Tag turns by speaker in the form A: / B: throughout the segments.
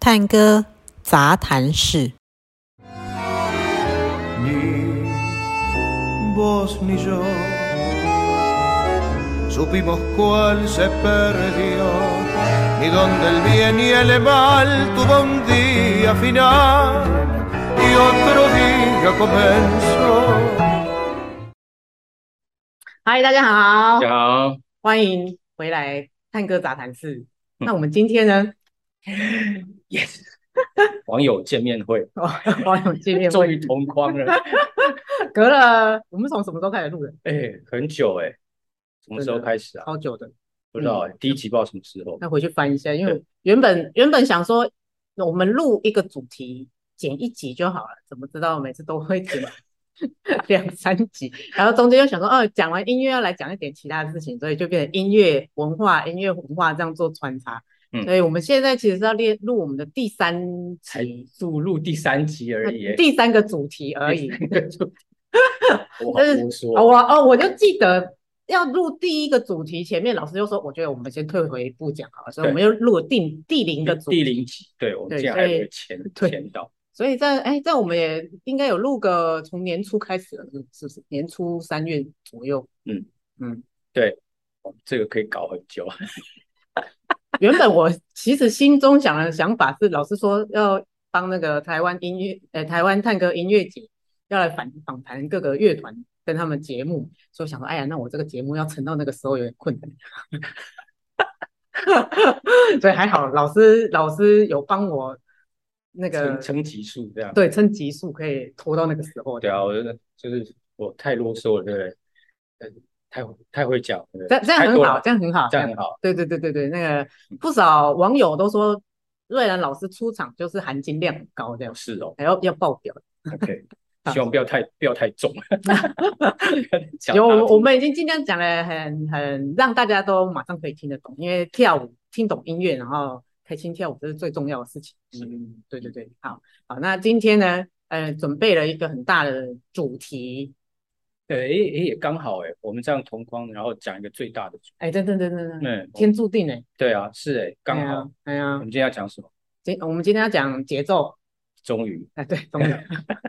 A: 探戈杂谈室。
B: Ni vos ni yo supimos cuál se perdió, ni dónde el bien y el mal tuvo un día final y otro día comenzó.
C: 嗨，大家好
D: 大，家好，
C: 欢迎回来探戈杂谈室。
D: 嗯
C: 那我们今天 呢，也是
D: 网友见面会，
C: 网友见面
D: 终
C: 会，
D: 于同框 了。
C: 隔了我们从什么时候开始录的？
D: 哎、很久哎、什么时候
C: 真的
D: 开始啊？
C: 超久的，
D: 不知道哎、第一集不知道什么时候。
C: 那回去翻一下，因为
D: 对
C: 原本原本想说我们录一个主题，剪一集就好了，怎么知道每次都会剪 两三集，然后中间又想说，哦，讲完音乐要来讲一点其他的事情，所以就变成音乐文化、音乐文化这样做穿插。
D: 嗯
C: 所以我们现在其实是要列录我们的第三
D: 才
C: 集，
D: 录入第三集而已、哎
C: 第三个主题而已。
D: 我好
C: 但是
D: 啰
C: 哦，
D: 嗦。
C: 我哦，我就记得要录第一个主题，前面老师就说，我觉得我们先退回一步讲好了，所以我们又录了第第零个主
D: 第
C: 题。
D: 零集，对我们
C: 对
D: 竟然
C: 所
D: 还
C: 以
D: 没有签
C: 对
D: 签到，
C: 所以在哎，在我们也应该有录个从年初开始了，是是不是？年初三月左右。
D: 嗯
C: 嗯，
D: 哦这个可以搞很久。啊
C: 原本我其实心中想的想法是，老师说要帮那个台湾音乐，呃，台湾探戈音乐节要来访访谈各个乐团跟他们节目，所以想说，哎呀，那我这个节目要撑到那个时候有点困难。 所以还好，老师老师有帮我那个
D: 称称级数这样。
C: 对撑级数，可以拖到那个时候。
D: 对啊，我觉得就是我太啰嗦了，对不对？嗯太太会讲，对不
C: 这
D: 对
C: 样这样
D: 太
C: 很
D: 多
C: 好，
D: 了
C: 这样很好，
D: 这样很好。
C: 对对对对对，那个不少网友都说，瑞兰老师出场就是含金量很高这样，
D: 是哦
C: 还要要爆表。
D: ，OK，
C: 好
D: 希望不要太不要太 重。讲
C: 有，
D: 大
C: 我
D: 题
C: 我们已经尽量讲的很很让大家都马上可以听得懂，因为跳舞听懂音乐，然后开心跳舞这是最重要的事情。嗯，对对对，好好，那今天呢，呃，准备了一个很大的主题，
D: 对，诶诶也刚好诶，我们这样同框，然后讲一个最大的主
C: 哎，等等等等等，
D: 嗯，
C: 天注定哎，
D: 对啊，是诶，刚好。
C: 哎
D: 我
C: 呀，哎呀
D: 们今天要讲什么？
C: 今我们今天要讲节奏。
D: 终于，
C: 哎，对，懂了。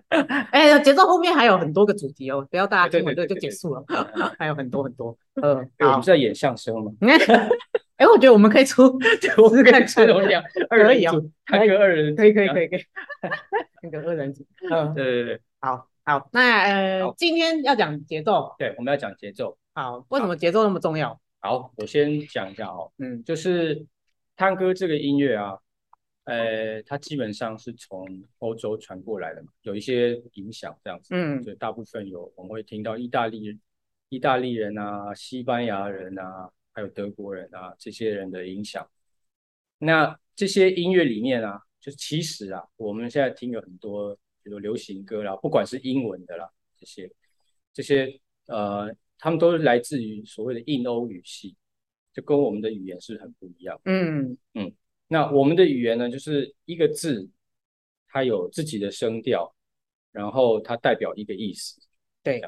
C: 哎，节奏后面还有很多个主题哦，不要大家
D: 对
C: 听完这
D: 对
C: 个就
D: 对对
C: 结
D: 对
C: 束了，
D: 嗯嗯
C: 还有很多很多。嗯，
D: 诶我
C: 啊
D: 们
C: 好
D: 是。在演相声吗？
C: 哎，我觉得我们可以 出，
D: 我
C: 试
D: 们
C: 试看
D: 看这种两
C: 可
D: 二人
C: 以哦
D: 组，看个二人，
C: 可以，可以，可以， 可以。那个二人组，嗯，
D: 对对对
C: 好，好，那呃
D: 好，
C: 今天要讲节奏，
D: 对，我们要讲节奏。
C: 好，为什么节奏那么重要？
D: 好，我先讲一下哦，
C: 嗯，
D: 就是探戈这个音乐啊，呃，它基本上是从欧洲传过来的嘛，有一些影响这样子，
C: 嗯
D: 所以大部分有我们会听到意大利意大利人啊、西班牙人啊，还有德国人啊这些人的影响。那这些音乐里面啊，就是其实啊，我们现在听有很多，比如流行歌啦，不管是英文的啦，这些这些呃，他们都是来自于所谓的印欧语系，就跟我们的语言是很不一样。
C: 嗯
D: 那我们的语言呢，就是一个字，它有自己的声调，然后它代表一个意思。
C: 对，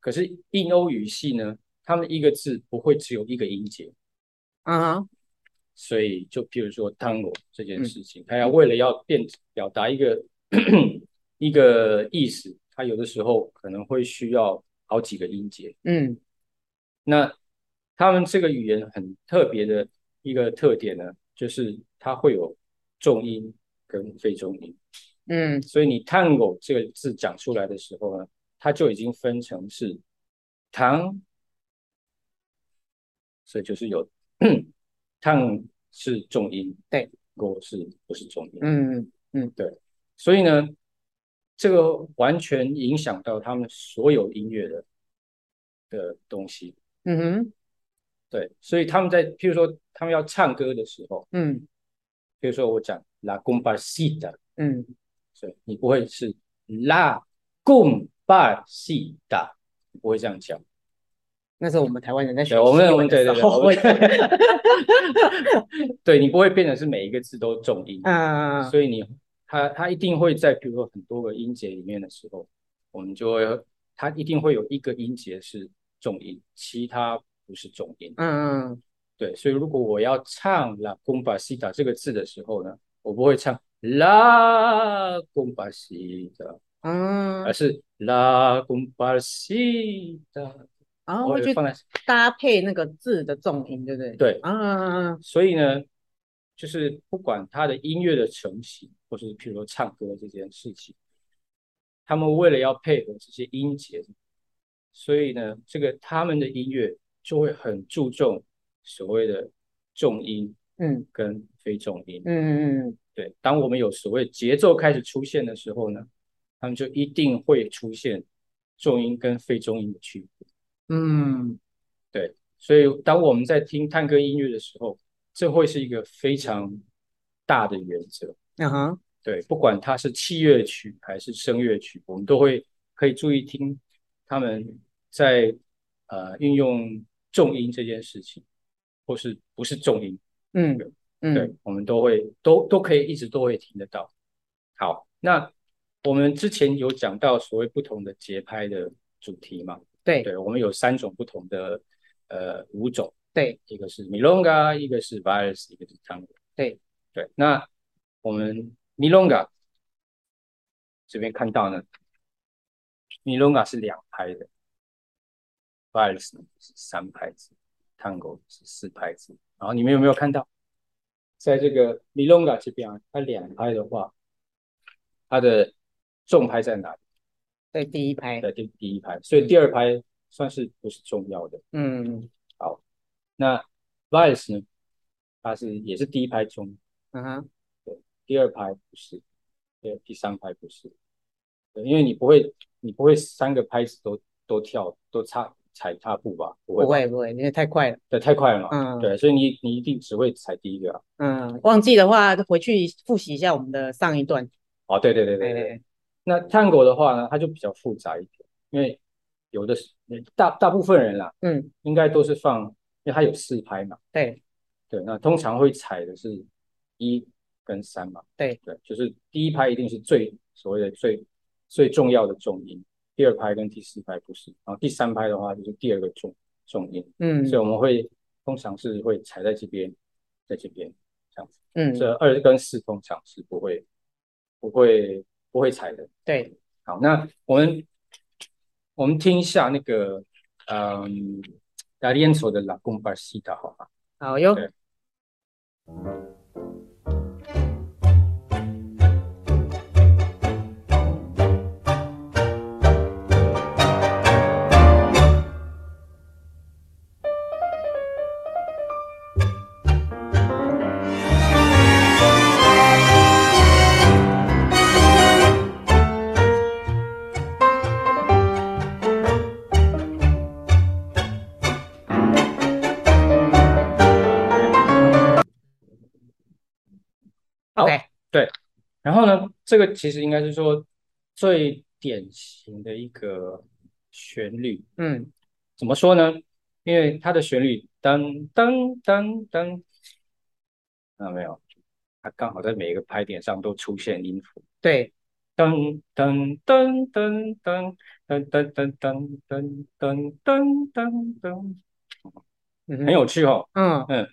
D: 可是印欧语系呢，他们一个字不会只有一个音节，
C: 嗯哼，
D: 所以就譬如说 tango 这件事情，它要为了要变表达一个 一个意思，它有的时候可能会需要好几个音节。
C: 嗯
D: 那他们这个语言很特别的一个特点呢，就是它会有重音跟非重音。
C: 嗯
D: 所以你 tango 这个字讲出来的时候呢，它就已经分成是 tang，所以就是有 tang 是重音，
C: 对
D: ，go 是不是重音？
C: 嗯
D: 所以呢，这个完全影响到他们所有音乐的的东西。
C: 嗯哼，
D: 对，所以他们在譬如说他们要唱歌的时候，
C: 嗯
D: 譬如说我讲 la comparsita，
C: 嗯
D: 所以你不会是 la comparsita，你不会这样讲。
C: 那时候我们台湾人在学
D: 对，我
C: 西
D: 们我
C: 文
D: 们
C: 的
D: 对对
C: 时
D: 对，
C: 候
D: 我们对你不会变成是每一个字都重音，
C: 嗯，
D: 所以你它它一定会在比如说很多个音节里面的时候，我们就会它一定会有一个音节是重音，其他不是重音。
C: 嗯嗯
D: 对，所以如果我要唱 la comparsita 这个字的时候呢，我不会唱拉贡巴西的，而
C: 嗯，
D: 是拉贡巴西的，
C: 然后
D: 我
C: 哦会
D: 会
C: 去
D: 放在。
C: 搭配那个字的重音，对不对？
D: 对
C: 啊，
D: 所以呢，就是不管他的音乐的成型，或是譬如说唱歌这件事情，他们为了要配合这些音节，所以呢，这个他们的音乐就会很注重所谓的重音
C: 嗯
D: 跟非重音。
C: 嗯嗯嗯，
D: 对，当我们有所谓节奏开始出现的时候呢，他们就一定会出现重音跟非重音的区别。
C: 嗯，
D: 所以，当我们在听探戈音乐的时候，这会是一个非常大的原则。
C: 嗯哼，
D: 对，不管它是器乐曲还是声乐曲，我们都会可以注意听他们在呃运用重音这件事情，或是不是重音，
C: 嗯
D: 对
C: 嗯，
D: 我们都会都都可以一直都会听得到。好，那我们之前有讲到所谓不同的节拍的主题嘛？
C: 对
D: 对，我们有三种不同的呃舞种。
C: 对，
D: 一个是 milonga，一个是 vals，一个是 tango。
C: 对
D: 对，那我们 milonga 这边看到呢，milonga 是两拍的，vals 呢是三拍子，tango 是四拍子。然后你们有没有看到，在这个 milonga 这边啊，它两拍的话，它的重拍在哪里？
C: 对，第一拍，
D: 在第第一拍，所以第二拍算是不是重要的。
C: 嗯
D: 那 Vice 呢，它是也是第一拍中，
C: 嗯哼，
D: 第二拍不是，对，第三拍不是，对，因为你不会，你不会三个拍子都都跳，都踏踩踏步吧？不会
C: 不
D: 吧，
C: 会不会，因为太快了，
D: 对，太快了嘛，
C: 嗯
D: 对，所以你你一定只会踩第一个啊。
C: 嗯，忘记的话回去复习一下我们的上一段，
D: 哦，对对对对对。
C: 哎，
D: 那探戈的话呢，它就比较复杂一点，因为有的是大大部分人啦，
C: 嗯，
D: 应该都是放，因为它有四拍嘛。
C: 对
D: 对，那通常会采的是一跟三嘛。
C: 对
D: 对，就是第一拍一定是最所谓的最最重要的重音，第二拍跟第四拍不是，然后第三拍的话就是第二个重重音，
C: 嗯
D: 所以我们会通常是会踩在这边，在这边这样子。
C: 嗯
D: 这二跟四通常是不会不会不会踩的。
C: 对，
D: 好，那我们我们听一下那个嗯，达利安索的《La Comparsita》好吗？
C: 好哟，
D: 对好
C: OK，
D: 然后呢，这个其实应该是说最典型的一个旋律，
C: 嗯
D: 怎么说呢？因为它的旋律当当当当，啊没有，它刚好在每一个拍点上都出现音符，
C: 对，
D: 噔噔噔噔噔噔噔噔噔噔噔噔噔噔，
C: 嗯
D: 很
C: 哼，
D: 有趣哦。
C: 嗯
D: 嗯，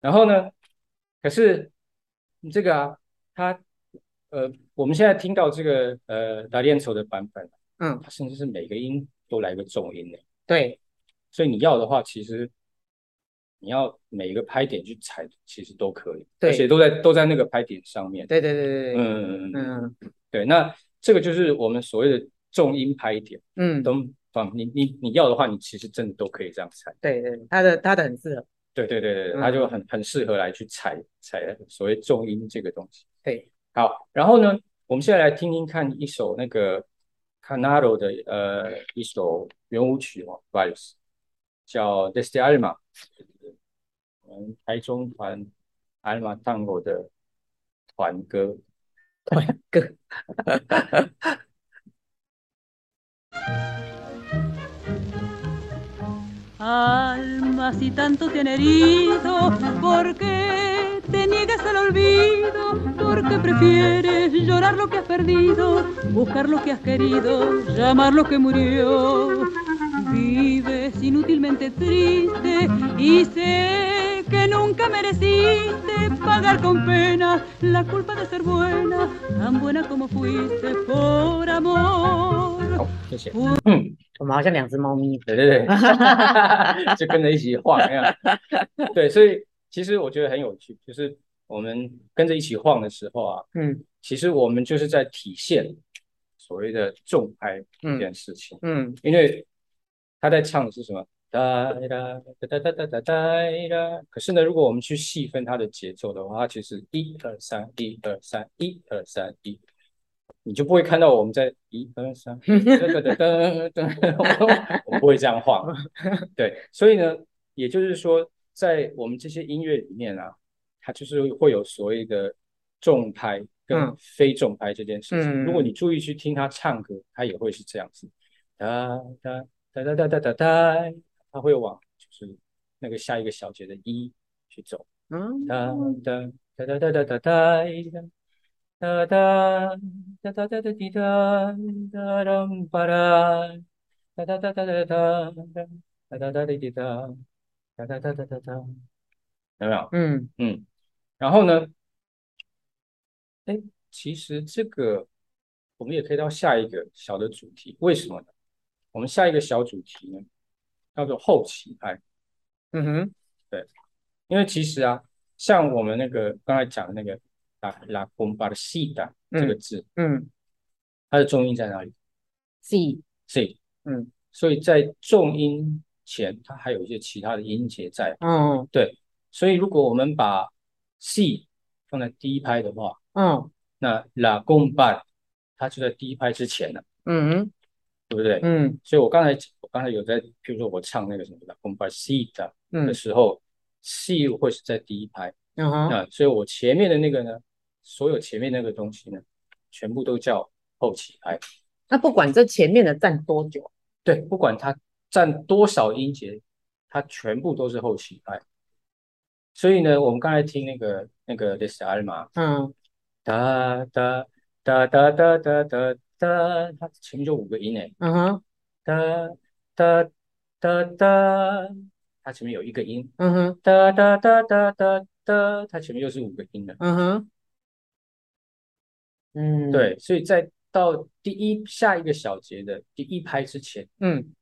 D: 然后呢？可是你这个啊，它呃，我们现在听到这个呃达利安丑的版本，
C: 嗯
D: 它甚至是每个音都来个重音的，
C: 对，
D: 所以你要的话，其实你要每一个拍点去踩，其实都可以，
C: 对
D: 而且都在都在那个拍点上面。
C: 对对对对对，
D: 嗯嗯嗯，
C: 嗯
D: 对，那这个就是我们所谓的重音拍点，
C: 嗯，
D: 都放你你你要的话，你其实真的都可以这样踩。
C: 对对，他的他的很适合，
D: 对对对对，对它就很很适合来去踩踩所谓重音这个东西。
C: 对，
D: 好，然后呢，我们现在来听听看一首那个 Canaro 的呃一首圆舞曲哦 v i l s 叫 Desde Alma，我们台中团 Alma Tango 的团歌。
C: 哥，
E: Alma, si tanto te han herido, ¿por qué te niegas al olvido? ¿Por qué prefieres llorar lo que has perdido, buscar lo que has querido, llamar lo que murió? Vives inútilmente triste y sé que que nunca mereciste pagar con pena la culpa de ser buena, tan buena como fuiste por amor.
D: 好，谢谢。
E: Fue
D: 嗯，
C: 我们好像两只猫咪。
D: 对对对， 就跟着一起晃呀。对，所以其实我觉得很有趣，就是我们跟着一起晃的时候啊，
C: 嗯
D: 其实我们就是在体现所谓的重拍这件事情。
C: 嗯
D: 因为他在唱的是什么？哒哒哒哒哒哒哒哒。可是呢，如果我们去细分它的节奏的话，它其实一二三，一二三，一二三，一，你就不会看到我们在一二三，哒哒哒哒， 我不会这样晃。 对，所以呢，也就是说，在我们这些音乐里面啊，它就是会有所谓的重拍跟
C: 嗯
D: 非重拍这件事情。
C: 嗯
D: 如果你注意去听他唱歌，他也会是这样子，哒哒哒哒哒哒哒哒，他会往就是那个下一个小节的一去走，
C: 嗯
D: 哒哒哒哒哒哒哒哒。哒哒哒哒哒哒滴哒哒哒吧哒哒哒哒哒哒哒哒哒哒滴滴哒哒哒哒哒哒哒，有没有？
C: 嗯
D: 嗯，然后呢？哎，其实这个我们也可以到下一个小的主题，为什么呢？我们下一个小主题呢，叫做后期拍，
C: 嗯哼
D: 因为其实啊，像我们那个刚才讲的那个拉拉贡巴的西达这个字，
C: 嗯
D: 它的重音在哪里
C: ，C
D: ？C，
C: 嗯，
D: 所以在重音前，它还有一些其他的音节在，
C: 嗯
D: 所以如果我们把 C 放在第一拍的话，
C: 嗯
D: 那拉贡巴它就在第一拍之前了，
C: 嗯
D: 对不对？
C: 嗯
D: 所以我刚才我刚才有在，譬如说我唱那个什么拉贡巴 C 的的
C: 嗯
D: 时候，C 会是在第一拍，
C: 嗯哼
D: 那所以我前面的那个呢，所有前面那个东西呢，全部都叫后期拍。
C: 那啊不管这前面的站多久，
D: 对，不管它占多少音节，它全部都是后期拍。所以呢，我们刚才听那个那个 Les Alma，
C: 嗯
D: 哒哒哒哒哒哒哒哒，它前面就五个音诶，
C: 嗯哼
D: 哒哒哒哒，它前面有一个音，
C: 嗯哼
D: 哒哒哒哒哒哒，它前面又是五个音的。
C: 嗯哼，嗯，
D: 对，所以在到第一下一个小节的第一拍之前，
C: 嗯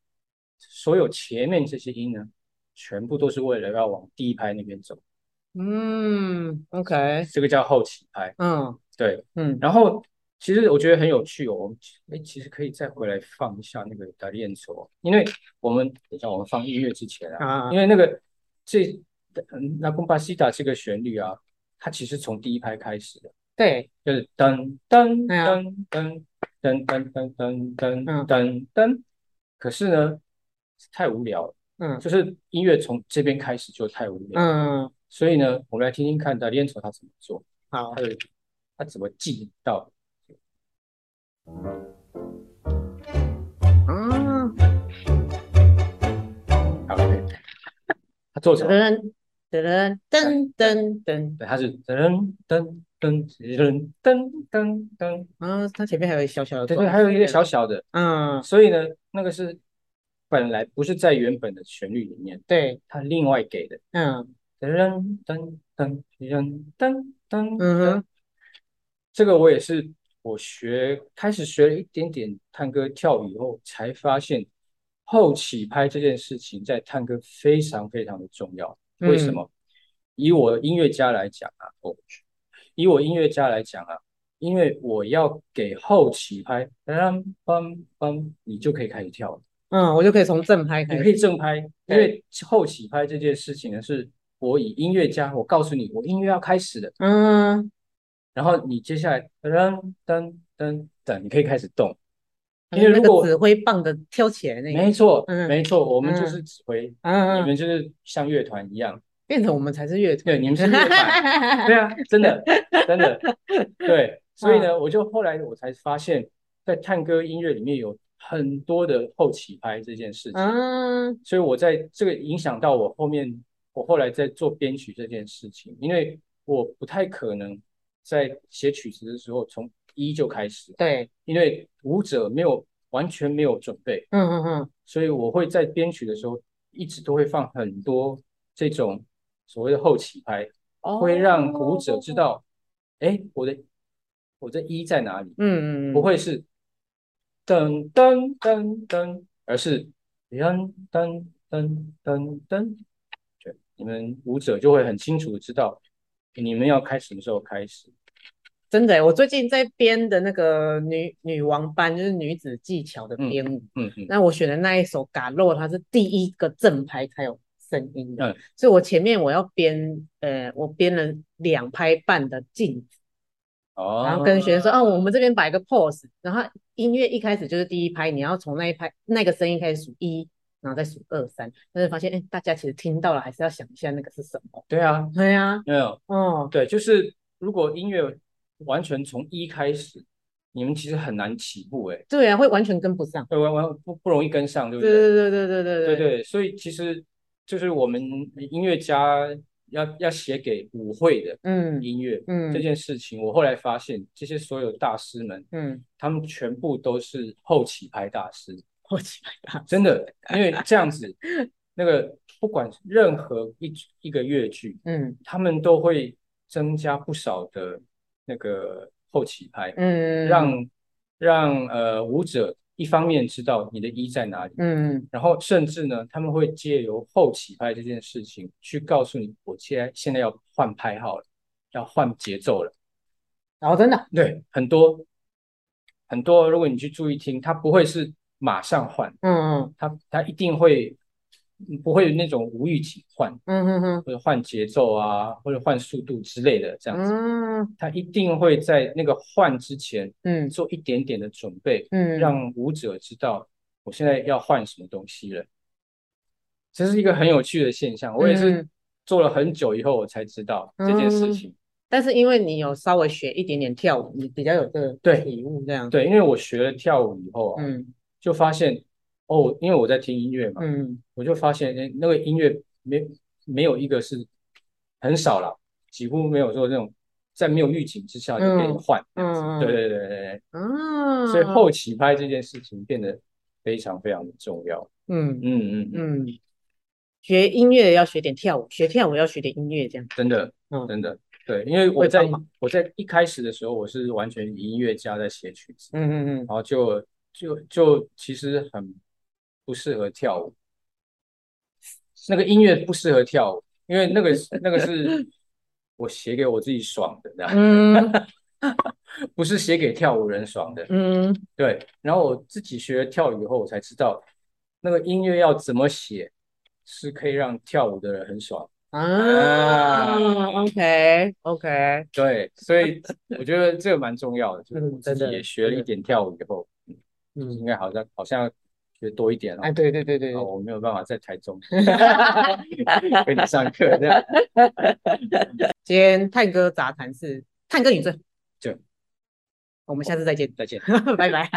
D: 所有前面这些音呢，全部都是为了要往第一拍那边走，
C: 嗯，OK，
D: 这个叫后起拍。
C: 嗯
D: 对，
C: 嗯
D: 然后其实我觉得很有趣哦，我们其哎其实可以再回来放一下那个打练球，因为我们等一下我们放音乐之前啊，
C: 啊
D: 因为那个这嗯那贡巴西达这个旋律啊，它其实从第一拍开始的。
C: 对，
D: 就是噔噔
C: 哎呀嗯
D: 噔噔噔噔噔噔噔噔噔，可是呢，太无聊了，
C: 嗯
D: 就是音乐从这边开始就太无聊，
C: 嗯
D: 所以呢，我们来听听看 d a l i e n o 他怎么做，
C: 好
D: 他，的他怎么进到，
C: 嗯，
D: 好，OK，他做什么？
C: 噔噔噔噔噔，
D: 对，他是噔噔噔噔噔噔噔，
C: 嗯，它前面还有一小小的，
D: 对对，还有一个小，小的，
C: 嗯，
D: 所以呢，那个是本来不是在原本的旋律里面，
C: 对，
D: 他另外给的。
C: 嗯
D: 噔噔噔噔噔噔
C: 嗯
D: 噔
C: 哼，
D: 这个我也是我学开始学了一点点探戈跳以后，才发现后起拍这件事情在探戈非常非常的重要。为什
C: 嗯
D: 么？以我音乐家来讲啊，哦，以我音乐家来讲啊，因为我要给后起拍，噔噔噔，你就可以开始跳了。
C: 嗯，我就可以从正拍
D: 你
C: 开
D: 可以
C: 始，
D: 正拍，因为后起拍这件事情呢，是我以音乐家，我告诉你，我音乐要开始了，
C: 嗯
D: 然后你接下来噔噔噔噔，你可以开始动，因为
C: 那
D: 如
C: 个
D: 果
C: 指挥棒的挑起来那个，
D: 没错，
C: 嗯
D: 没错，我们就是指挥，你
C: 嗯嗯，
D: 们就是像乐团 一样，
C: 变成我们才是乐
D: 对，
C: 队，
D: 你们是乐 团，对啊，真的，真的，对， 所以
C: 嗯
D: 呢，我就后来我才发现，在探戈音乐里面有很多的后起拍这件事情，
C: 嗯
D: 所以我在这个影响到我后面，我后来在做编曲这件事情，因为我不太可能在写曲子的时候从一就开始，
C: 对，
D: 因为舞者没有完全没有准备，
C: 嗯嗯嗯
D: 所以我会在编曲的时候一直都会放很多这种所谓的后起拍，会让舞者知道，哎，我的我的一在哪里，
C: 嗯，嗯，
D: 不会是噔噔噔噔，而是噔噔噔噔噔。对，你们舞者就会很清楚的知道你们要开始什么时候开始。
C: 真的耶，欸我最近在编的那个女女王班，就是女子技巧的
D: 嗯
C: 编舞。
D: 嗯嗯，
C: 那我选的那一首《嘎洛》，它是第一个正拍才有声音的，
D: 嗯
C: 所以我前面我要编，呃，我编了两拍半的镜子，
D: 哦，
C: 然后跟学生说，哦，我们这边摆个 pose，然后音乐一开始就是第一拍，你要从那一拍那个声音开始数一，然后再数二三，但是发现，哎，大家其实听到了，还是要想一下那个是什么。
D: 对啊，
C: 对呀，
D: 没有。
C: 哦，
D: 对，就是如果音乐完全从一开始，你们其实很难起步、欸，哎，
C: 对啊，会完全跟不上。
D: 会完完不不容易跟上，对不
C: 对
D: 对？
C: 对对对对
D: 对对，所以其实就是我们音乐家要要写给舞会的
C: 嗯
D: 音乐、
C: 嗯
D: 这件事情，我后来发现这些所有大师们，
C: 嗯，
D: 他们全部都是后起拍大师，
C: 我起来打，
D: 真的，因为这样子，那个不管任何一一个乐剧，
C: 嗯
D: 他们都会增加不少的那个后期拍，
C: 嗯，
D: 让让呃舞者一方面知道你的一在哪里，
C: 嗯
D: 然后甚至呢他们会借由后期拍这件事情去告诉你，我现在现在要换拍号了，要换节奏了。
C: 然哦后真的，
D: 对，很多很多，如果你去注意听，它不会是马上换，
C: 嗯嗯
D: 它它一定会不会有那种无预警换，
C: 嗯哼哼。
D: 或者换节奏啊，或者换速度之类的这样子。
C: 嗯
D: 他一定会在那个换之前
C: 嗯
D: 做一点点的准备，
C: 嗯，
D: 让舞者知道我现在要换什么东西了。这是一个很有趣的现象，我也是
C: 嗯
D: 做了很久以后我才知道这件事情。
C: 但是因为你有稍微学一点点跳舞，你比较有这个
D: 对
C: 体悟这样。，
D: 对，因为我学了跳舞以后啊，
C: 嗯
D: 就发现哦，因为我在听音乐嘛，
C: 嗯
D: 我就发现哎，那个音乐没没有一个是很少了，几乎没有说那种在没有预警之下就给你
C: 嗯
D: 换这样子。
C: 嗯，
D: 对对对对对。
C: 嗯，
D: 所以后期拍这件事情变得非常非常的重要。
C: 嗯
D: 嗯嗯嗯，
C: 嗯，学音乐要学点跳舞，学跳舞要学点音乐这样。
D: 真的
C: 嗯
D: 真的对，因为我
C: 会
D: 在
C: 帮忙
D: 我在一开始的时候，我是完全以音乐家在写曲子，
C: 嗯嗯嗯
D: 然，后就就就其实很不适合跳舞，那个音乐不适合跳舞，因为那个那个是我写给我自己爽的，这样
C: 嗯
D: 不是写给跳舞人爽的。
C: 嗯
D: 对，然后我自己学了跳舞以后，我才知道那个音乐要怎么写，是可以让跳舞的人很爽。
C: 啊，OK OK，
D: 对，所以我觉得这个蛮重要的，就是
C: 嗯
D: 我自
C: 真
D: 己
C: 的
D: 也学了
C: 真
D: 一
C: 的
D: 点跳舞以后，嗯
C: 嗯，
D: 应该好像好像学多一点哦。
C: 哎，对对对对
D: 啊，
C: 对，
D: 我没有办法在台中跟你上课这样。
C: 今天探戈杂谈是探戈女最，
D: 对，
C: 我们下次再见，
D: 嗯再见。
C: 拜拜。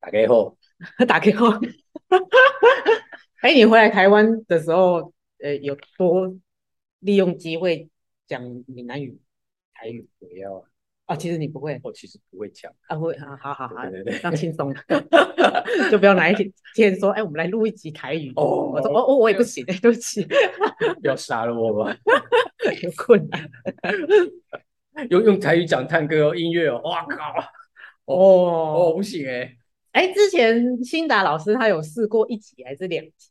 D: 打开后，
C: 打给我。 哎，你回来台湾的时候，呃，有多利用机会讲闽南语、台语
D: 不要，
C: 啊？其实你不会
D: 我哦其实不会讲。
C: 啊，会啊，好好好，
D: 对对对
C: 让轻松， 就不要哪一天说，哎，我们来录一集台语。
D: 哦
C: 我说，哦哦，我也不行，对不起，
D: 不要杀了我吧！
C: 有困难。
D: 用用台语讲探戈哦音乐哦，哇靠！
C: 哦，
D: 哦，不行哎。
C: 哎，之前辛达老师他有试过一集还是两集，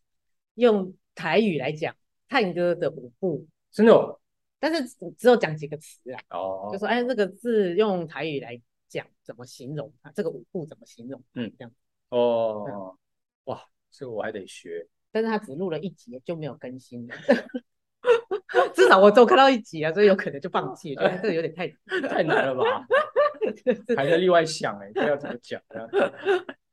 C: 用台语来讲探戈的舞步，
D: 真的哦，
C: 但是只只有讲几个词啊。
D: 哦
C: 就说哎，这个字用台语来讲怎么形容它？这个舞步怎么形容？
D: 嗯
C: 这样。
D: 哦，哇，这个我还得学。
C: 但是他只录了一集就没有更新了， 至少我只有看到一集啊，所以有可能就放弃了，觉得这个有点太
D: 欸太难了吧？还在另外想哎，这要怎么讲呢？